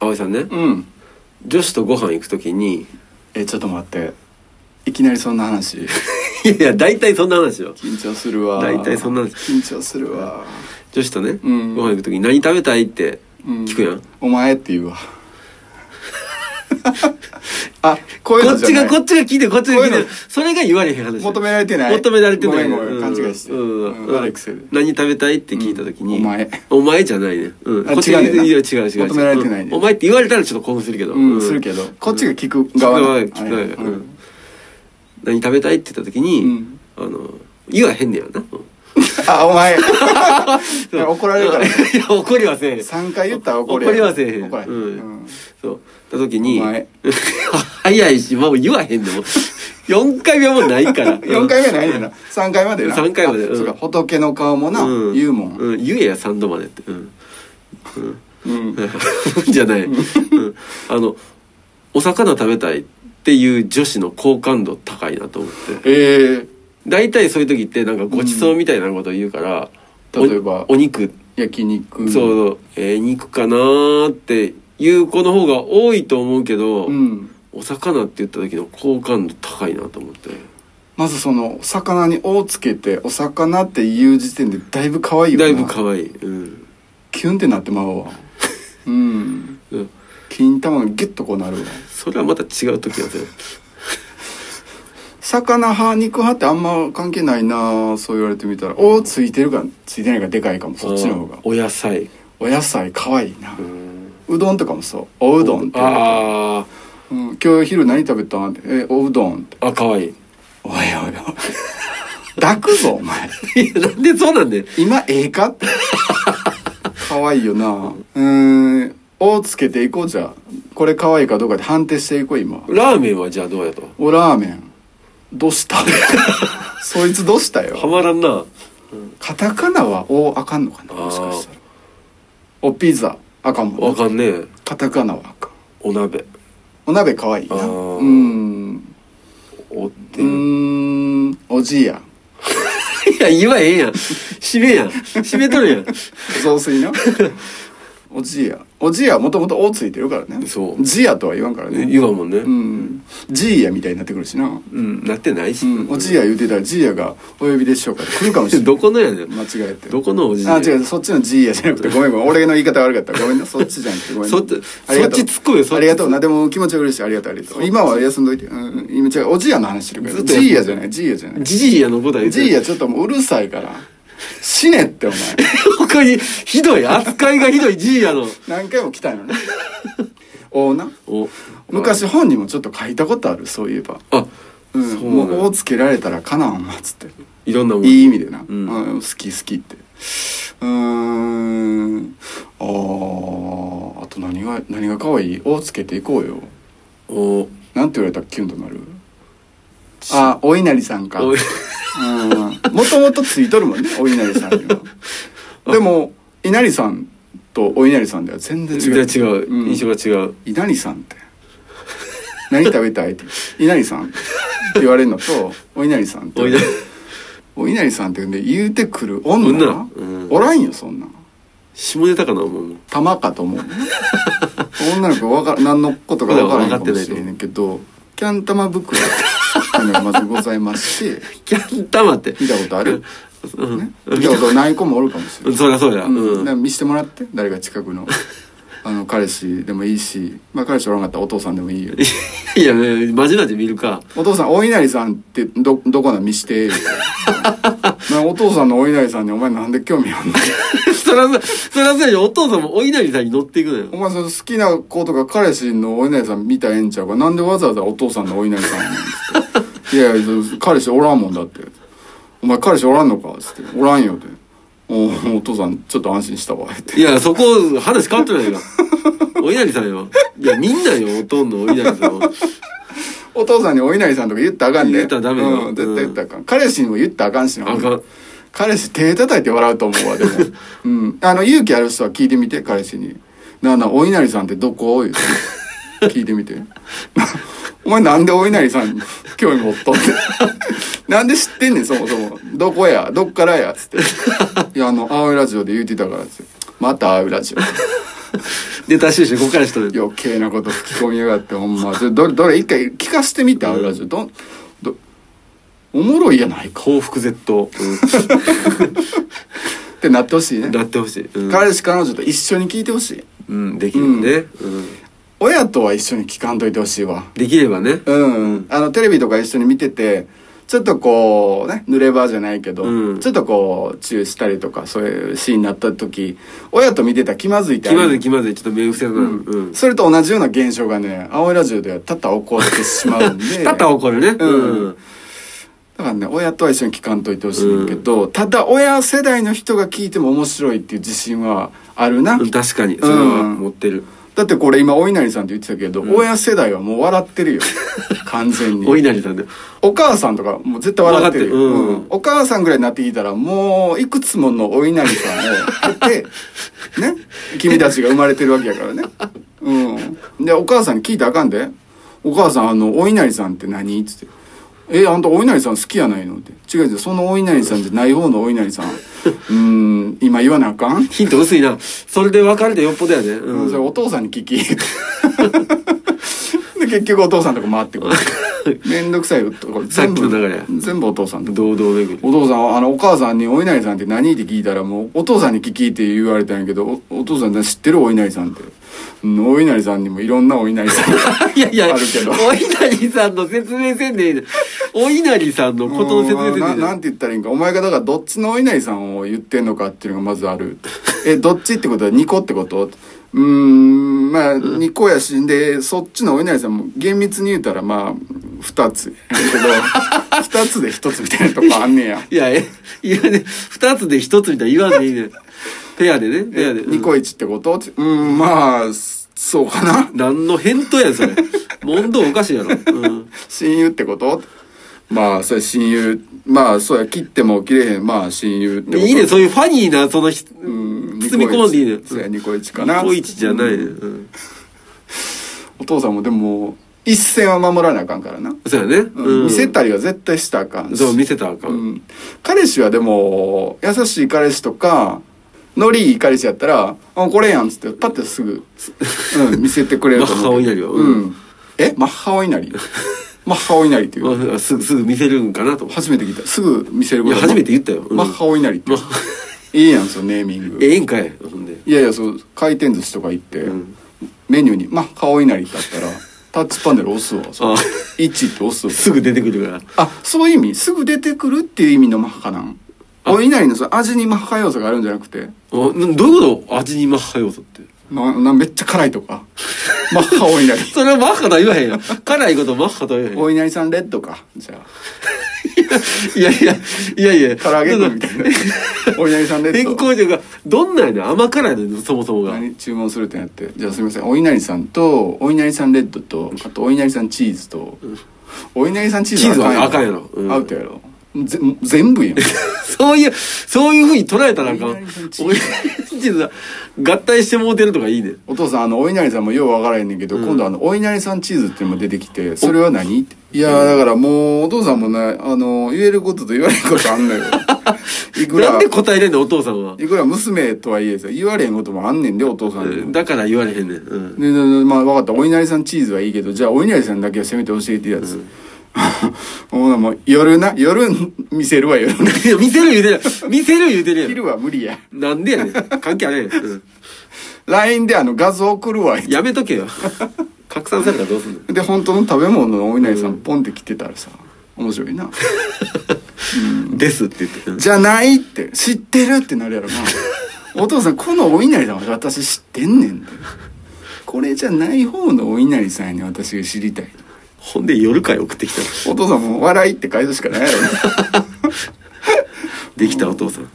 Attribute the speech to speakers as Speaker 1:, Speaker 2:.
Speaker 1: 葵さんね
Speaker 2: うん
Speaker 1: 女子とご飯行く時に
Speaker 2: えちょっと待っていきなりそんな話
Speaker 1: いやいや大体そんな話よ
Speaker 2: 緊張するわ
Speaker 1: 大体そんな
Speaker 2: 緊張するわ
Speaker 1: 女子とね、
Speaker 2: うん
Speaker 1: ご飯行く時に「何食べたい?」って聞くやん、こ
Speaker 2: お前って言うわ あこういうの
Speaker 1: っ
Speaker 2: じ
Speaker 1: ち
Speaker 2: ゃな
Speaker 1: が
Speaker 2: い
Speaker 1: こっちが聞いてるこっちが聞いて
Speaker 2: こういう
Speaker 1: る
Speaker 2: の
Speaker 1: それが言われへん話
Speaker 2: 求められてない
Speaker 1: 求められてない
Speaker 2: ごめんごめん勘違いして
Speaker 1: うん
Speaker 2: うん悪い癖で
Speaker 1: 何食べたいって聞いた時に、
Speaker 2: うんお前
Speaker 1: お前じゃないね、うん、
Speaker 2: あ
Speaker 1: こっちが
Speaker 2: 違うねんない
Speaker 1: や違う違う違う
Speaker 2: 求められてないね
Speaker 1: うんお前って言われたらちょっと興奮するけど、
Speaker 2: うんするけどこっちが聞く側
Speaker 1: 側
Speaker 2: な
Speaker 1: 聞く側
Speaker 2: あれ
Speaker 1: うん何食べたいって言った時に、
Speaker 2: うん
Speaker 1: あの言わへんねやな、うん
Speaker 2: あ お前いや怒られるから
Speaker 1: いや怒りはせえへん
Speaker 2: 3回言ったら怒れ
Speaker 1: 怒りはせえへん
Speaker 2: 怒られへん
Speaker 1: うん
Speaker 2: うん
Speaker 1: そうた時に
Speaker 2: お前
Speaker 1: 早いしもう言わへんでも4回目はもうない から
Speaker 2: 4回目ないねんな3回までな
Speaker 1: 三回まで
Speaker 2: あそう
Speaker 1: う
Speaker 2: か
Speaker 1: ん
Speaker 2: 仏の顔もな
Speaker 1: うん
Speaker 2: 言うもん
Speaker 1: うん、言えや3度までってうん、 うん、
Speaker 2: うん
Speaker 1: じゃない、うん、あのお魚食べたいっていう女子の好感度高いなと思って
Speaker 2: ええ
Speaker 1: 大体そういう時ってなんかごちそうみたいなこと言うから、
Speaker 2: うん例えば
Speaker 1: おお肉
Speaker 2: 焼肉
Speaker 1: そう、えー肉かなーっていう子の方が多いと思うけど、
Speaker 2: うん
Speaker 1: お魚って言った時の好感度高いなと思って
Speaker 2: まずその魚に「お」をつけて「お魚」っていう時点でだいぶ可愛いよな
Speaker 1: だいぶ可愛い、うん
Speaker 2: キュンってなってまう わうん
Speaker 1: うん、
Speaker 2: 金玉がギュッとこうなるわ
Speaker 1: それはまた違う時やで
Speaker 2: 魚派肉派ってあんま関係ないなそう言われてみたら「お」ついてるかついてないかでかいかもそっちの方が
Speaker 1: お野菜
Speaker 2: お野菜可愛いな
Speaker 1: うん
Speaker 2: うどんとかもそう「おうどん」って言われた
Speaker 1: あ
Speaker 2: うん今日昼何食べたん?」って「えおうどん」って
Speaker 1: ーあ可愛い
Speaker 2: 「おいおいおい抱くぞお前
Speaker 1: いやなんでそうなんで
Speaker 2: 今ええか?」って 可愛いよなうーん「お」つけていこうじゃあこれ可愛いかどうかで判定していこう今
Speaker 1: ラーメンはじゃあどうやと
Speaker 2: おラーメンどうした そいつどうした
Speaker 1: は
Speaker 2: よ
Speaker 1: まらんな
Speaker 2: カタカナは「お」あかんのかなもしかしたら「おピザ」あかんもん
Speaker 1: わ
Speaker 2: な
Speaker 1: かんねえ
Speaker 2: カタカナはあかん
Speaker 1: お鍋
Speaker 2: お鍋可愛いな
Speaker 1: あ
Speaker 2: う
Speaker 1: ー
Speaker 2: ーん
Speaker 1: おって
Speaker 2: うーんおじいや
Speaker 1: いや言わへんやん締めやん締めとるやん
Speaker 2: 雑 炊なおじいやおじいやはもともと「お」ついてるからね
Speaker 1: そう
Speaker 2: じいやとは言わんからね
Speaker 1: 言わんもんね
Speaker 2: う、んじいやみたいになってくるしな、
Speaker 1: うん、なってないし、
Speaker 2: うん、おじいや言うてたらじいやが「お呼びでしょうか」って来るかもしれない
Speaker 1: どこのやねん
Speaker 2: 間違えて
Speaker 1: どこのおじいや
Speaker 2: あ違うそっちの G やじゃなくてごめんごめん俺の言い方悪かったごめんなそっちじゃなくてごめんな
Speaker 1: そっち
Speaker 2: ありがとう
Speaker 1: そっち突っ込むよそっち
Speaker 2: ありがとうなでも気持ちは嬉しいありがとうありがとう今は休んどいてうん今違うおじやの話してるか
Speaker 1: ず
Speaker 2: ら
Speaker 1: っと
Speaker 2: G やじゃない G やじゃない
Speaker 1: じじいやのことは言って
Speaker 2: G やちょっともううるさいから死ねってお前
Speaker 1: 他にひどい扱いがひどいじいやの
Speaker 2: 何回も来たよねおうな
Speaker 1: お
Speaker 2: 昔本にもちょっと書いたことあるそういえば
Speaker 1: あ、
Speaker 2: う
Speaker 1: そ
Speaker 2: ん
Speaker 1: うな
Speaker 2: も
Speaker 1: んや
Speaker 2: う「お」つけられたらかなわんわっつって
Speaker 1: いろんなもん
Speaker 2: いい意味でな、
Speaker 1: うん
Speaker 2: うん好き好きってうーんあーあと何が何が可愛いをつけていこうよ
Speaker 1: お
Speaker 2: なんて言われたらキュンとなるあお稲荷さんか
Speaker 1: お
Speaker 2: うんもともとついとるもんねお稲荷さんに はでも稲荷さんとお稲荷さんでは全然
Speaker 1: 違う
Speaker 2: 違う
Speaker 1: 違う、
Speaker 2: うん
Speaker 1: 印象が違う
Speaker 2: 稲荷さんって何食べたいって稲荷さんって言われる のとお稲荷さんって言
Speaker 1: お
Speaker 2: わ
Speaker 1: い
Speaker 2: れ
Speaker 1: な
Speaker 2: るお稲荷さんって言うんで言うてくる女
Speaker 1: 女うん
Speaker 2: おらんよそんなん
Speaker 1: 下ネタかな思うもん
Speaker 2: 玉か と思う女の子わから何のことかわからんかもしれんけどキャン玉袋っていうのがまずございまして
Speaker 1: キャン玉って
Speaker 2: 見たことある、
Speaker 1: うん、
Speaker 2: ね、見たことない子もおるかもしれ
Speaker 1: うん
Speaker 2: ない、
Speaker 1: そりゃそうやう
Speaker 2: うん
Speaker 1: ん、
Speaker 2: だから見してもらって誰が近くのあの彼氏でもいいし、まあ、彼氏おらんかったらお父さんでもいいよ
Speaker 1: いやねマジマジ見るか
Speaker 2: お父さん、お稲荷さんってど、どこなん見して。みたい ななお父さんのお稲荷さんにお前なんで興味あんの
Speaker 1: そらそそらそうやしお父さんもお稲荷さんに乗っていくの
Speaker 2: お
Speaker 1: よ
Speaker 2: 前その好きな子とか彼氏のお稲荷さん見たらええんちゃうかなんでわざわざお父さんのお稲荷さんなんつって。 いやいや、そう彼氏おらんもんだって。お前彼氏おらんのかつって。おらんよって。おお父さんちょっと安心したわって
Speaker 1: いやそこ話変わってないよお稲荷さんよいやみんなよおとんのお稲荷さんを
Speaker 2: お父さんにお稲荷さんとか言ったらあかん
Speaker 1: 言っ
Speaker 2: で
Speaker 1: たらダメよ
Speaker 2: うん、絶対言ったらあかん、彼氏にも言ったらあかんしな
Speaker 1: あかん
Speaker 2: 彼氏手叩いて笑うと思うわでも、うん、あの勇気ある人は聞いてみて彼氏に「なあなあお稲荷さんってどこ?」言うて聞いてみ て「お前なんでお稲荷さんに興味持っとんねん なんで知ってんねんそもそもどこやどっからや」つって「いやあの青いラジオで言うてたから」つって「また青いラジオ」
Speaker 1: ネタ収集ここからしとる
Speaker 2: 余計なこと吹き込みやがってほんまちょどれどれ一回聞かせてみてあるラジオどんどおもろいやないか
Speaker 1: 幸福絶倒、
Speaker 2: ってなってほしい ね
Speaker 1: うん、なってほしい、うん
Speaker 2: 彼氏彼女と一緒に聞いてほしい
Speaker 1: うん、できるね、うん
Speaker 2: 親とは一緒に聞かんといてほしいわ
Speaker 1: できればね
Speaker 2: うんあのテレビとか一緒に見ててちょっとこうね濡れ場じゃないけど、
Speaker 1: うん
Speaker 2: ちょっとこうチューしたりとかそういうシーンになった時親と見てたら気まずいってあ
Speaker 1: 気
Speaker 2: る
Speaker 1: まずい気まずいちょっと目伏せな
Speaker 2: う
Speaker 1: うんん、うん、
Speaker 2: それと同じような現象がね青いラジオでは多々起こってしまう んで
Speaker 1: たった怒るね
Speaker 2: うん
Speaker 1: うん
Speaker 2: だからね親とは一緒に聞かんといてほしいねんけど、ただ親世代の人が聞いても面白いっていう自信はあるな、
Speaker 1: うん確かにそれは持ってる、
Speaker 2: だってこれ今お稲荷さんって言ってたけど、親世代はもう笑ってるよ完全 に
Speaker 1: お稲荷さんで
Speaker 2: お母さんとかもう絶対笑ってるよ
Speaker 1: 笑ってるうん
Speaker 2: うんお母さんぐらいになってきたらもういくつものお稲荷さんを 経てね君たちが生まれてるわけやからねうんでお母さんに聞いたらあかんで「お母さんあのお稲荷さんって何?」っつって「えあんたお稲荷さん好きやないの?」って「違う違うそのお稲荷さんじゃない方のお稲 荷さんうーん今言わなあかん?」
Speaker 1: ヒント薄いなそれで別れてよっぽどやね、う
Speaker 2: それ
Speaker 1: ん、
Speaker 2: お父さんに聞き で結局お父さんとか回っ てくるめんどくさいよこれ全
Speaker 1: さ
Speaker 2: 部
Speaker 1: っきの流れ
Speaker 2: 全部お父さんと
Speaker 1: 堂々巡り
Speaker 2: お父さんあのお母さんに「お稲荷さんって何?」って聞いたらもうお父さんに聞きって言われたんやけどおお父さん知ってるお稲荷さんって、うん、お稲荷さんにもいろんなお稲荷さん
Speaker 1: いやいや
Speaker 2: あるけど
Speaker 1: お稲荷さんの説明せんでいいねお稲荷さんの ことの説明せんでいい
Speaker 2: な
Speaker 1: ね
Speaker 2: なんて言ったらいいんかお前がだからどっちのお稲荷さんを言ってんのかっていうのがまずあるえどっちってことは2個ってことうーんまあ2個やしでそっちのお稲荷さんも厳密に言うたらまあ2つや けど2つで1つみたいなとこあんねや
Speaker 1: いやえいやね二つで一つみたいに言わんでいいねペアでねペアで、
Speaker 2: 2個1ってことってうんまあそうかな
Speaker 1: 何の返答やんそ れ問答おかしいやろ、うん、
Speaker 2: 親友ってことまあそれ親友まあそうや切っても切れへんまあ親友ってこと
Speaker 1: いいねそういうファニーなそのひ
Speaker 2: うん
Speaker 1: 包み込んでいいね
Speaker 2: そうやニコイチかな
Speaker 1: ニコイチじゃないね、うん、
Speaker 2: お父さんもでも一線は守らなあかんからな、
Speaker 1: そうやね、
Speaker 2: うん
Speaker 1: うん、
Speaker 2: 見せたりは絶対したらあかんし
Speaker 1: そう見せたらあかん、
Speaker 2: うん彼氏はでも優しい彼氏とかノリいい彼氏やったら「あこれやん」っつってパッてすぐ、うん、見せてくれると思
Speaker 1: マッハお
Speaker 2: う
Speaker 1: 稲荷を
Speaker 2: う
Speaker 1: うんん
Speaker 2: えマッハ お稲荷マッハお稲荷っていう
Speaker 1: まあ、すぐすぐ見せるんかなと思って
Speaker 2: 初めて聞いたすぐ見せること
Speaker 1: いや初めて言ったようん
Speaker 2: マッハお稲荷って
Speaker 1: マッハ
Speaker 2: いいやんそのネーミング
Speaker 1: ええんかいほんで
Speaker 2: いやいやそう回転寿司とか行って、
Speaker 1: ん
Speaker 2: メニューに「マッハお稲荷」ってあった らタッチパネル押すわ
Speaker 1: あ
Speaker 2: 1って押すわ
Speaker 1: すぐ出てくるから
Speaker 2: あそういう意味すぐ出てくるっていう意味のマッハなんお稲荷のその味にマッハ要素があるんじゃなくて
Speaker 1: おなどういうこと味にマッハ要素って
Speaker 2: ななめっちゃ辛い とかマッハお稲荷
Speaker 1: それはマッハとは言わへんやん辛いことマッハとは言わへんやん
Speaker 2: お稲荷さんレッドかじゃあ
Speaker 1: いやいやいやいや
Speaker 2: 唐揚げくん みたいなお稲荷さんレッ
Speaker 1: 変
Speaker 2: ド
Speaker 1: 更というかどんなんやねん甘辛いのよそもそもが
Speaker 2: 何注文するってなってじゃあすみませんお稲荷さんとお稲荷さんレッドとあとお稲荷さんチーズとお稲荷さんチーズはあかんやろ
Speaker 1: チーズはあかんやろうん
Speaker 2: アウトやろぜ全部やん
Speaker 1: そういうそういうふうに捉えたらあかん
Speaker 2: お稲荷さんチーズ
Speaker 1: お稲荷チーズが合体してもうてるとかいいね
Speaker 2: お父さんあのお稲荷さんもようわからへんねんけど、今度あのお稲荷さんチーズっていうのも出てきてそれは何っていやーだからもうお父さんもねあの言えることと言われることあんのよ いく
Speaker 1: な
Speaker 2: ら
Speaker 1: んで答えれんのお父さんはい
Speaker 2: くら娘とはいえさ言われへんこともあんねんでお父さんにも
Speaker 1: だから言われへんねん、うん、
Speaker 2: でででまあ分かったお稲荷さんチーズはいいけどじゃあお稲荷さんだけはせめて教えてやつ、 ほなもう夜な夜見せるわ夜ない
Speaker 1: や見せる言うてるやん見せる言うてるやん
Speaker 2: 昼は無理や
Speaker 1: なんでやねん関係あれへん、うん、
Speaker 2: LINE であの画像送るわ
Speaker 1: やめとけよ拡散されたらどうすんの
Speaker 2: で本当の食べ物のお稲荷さんポンって来てたらさ面白いな
Speaker 1: ですって言って
Speaker 2: じゃないって知ってるってなるやろなお父さんこのお稲荷さんは私知ってんねんてこれじゃない方のお稲荷さんに私が知りたい
Speaker 1: ほんで夜会送ってきた
Speaker 2: お父さんも笑いって返すしかないやろな
Speaker 1: できたお父さん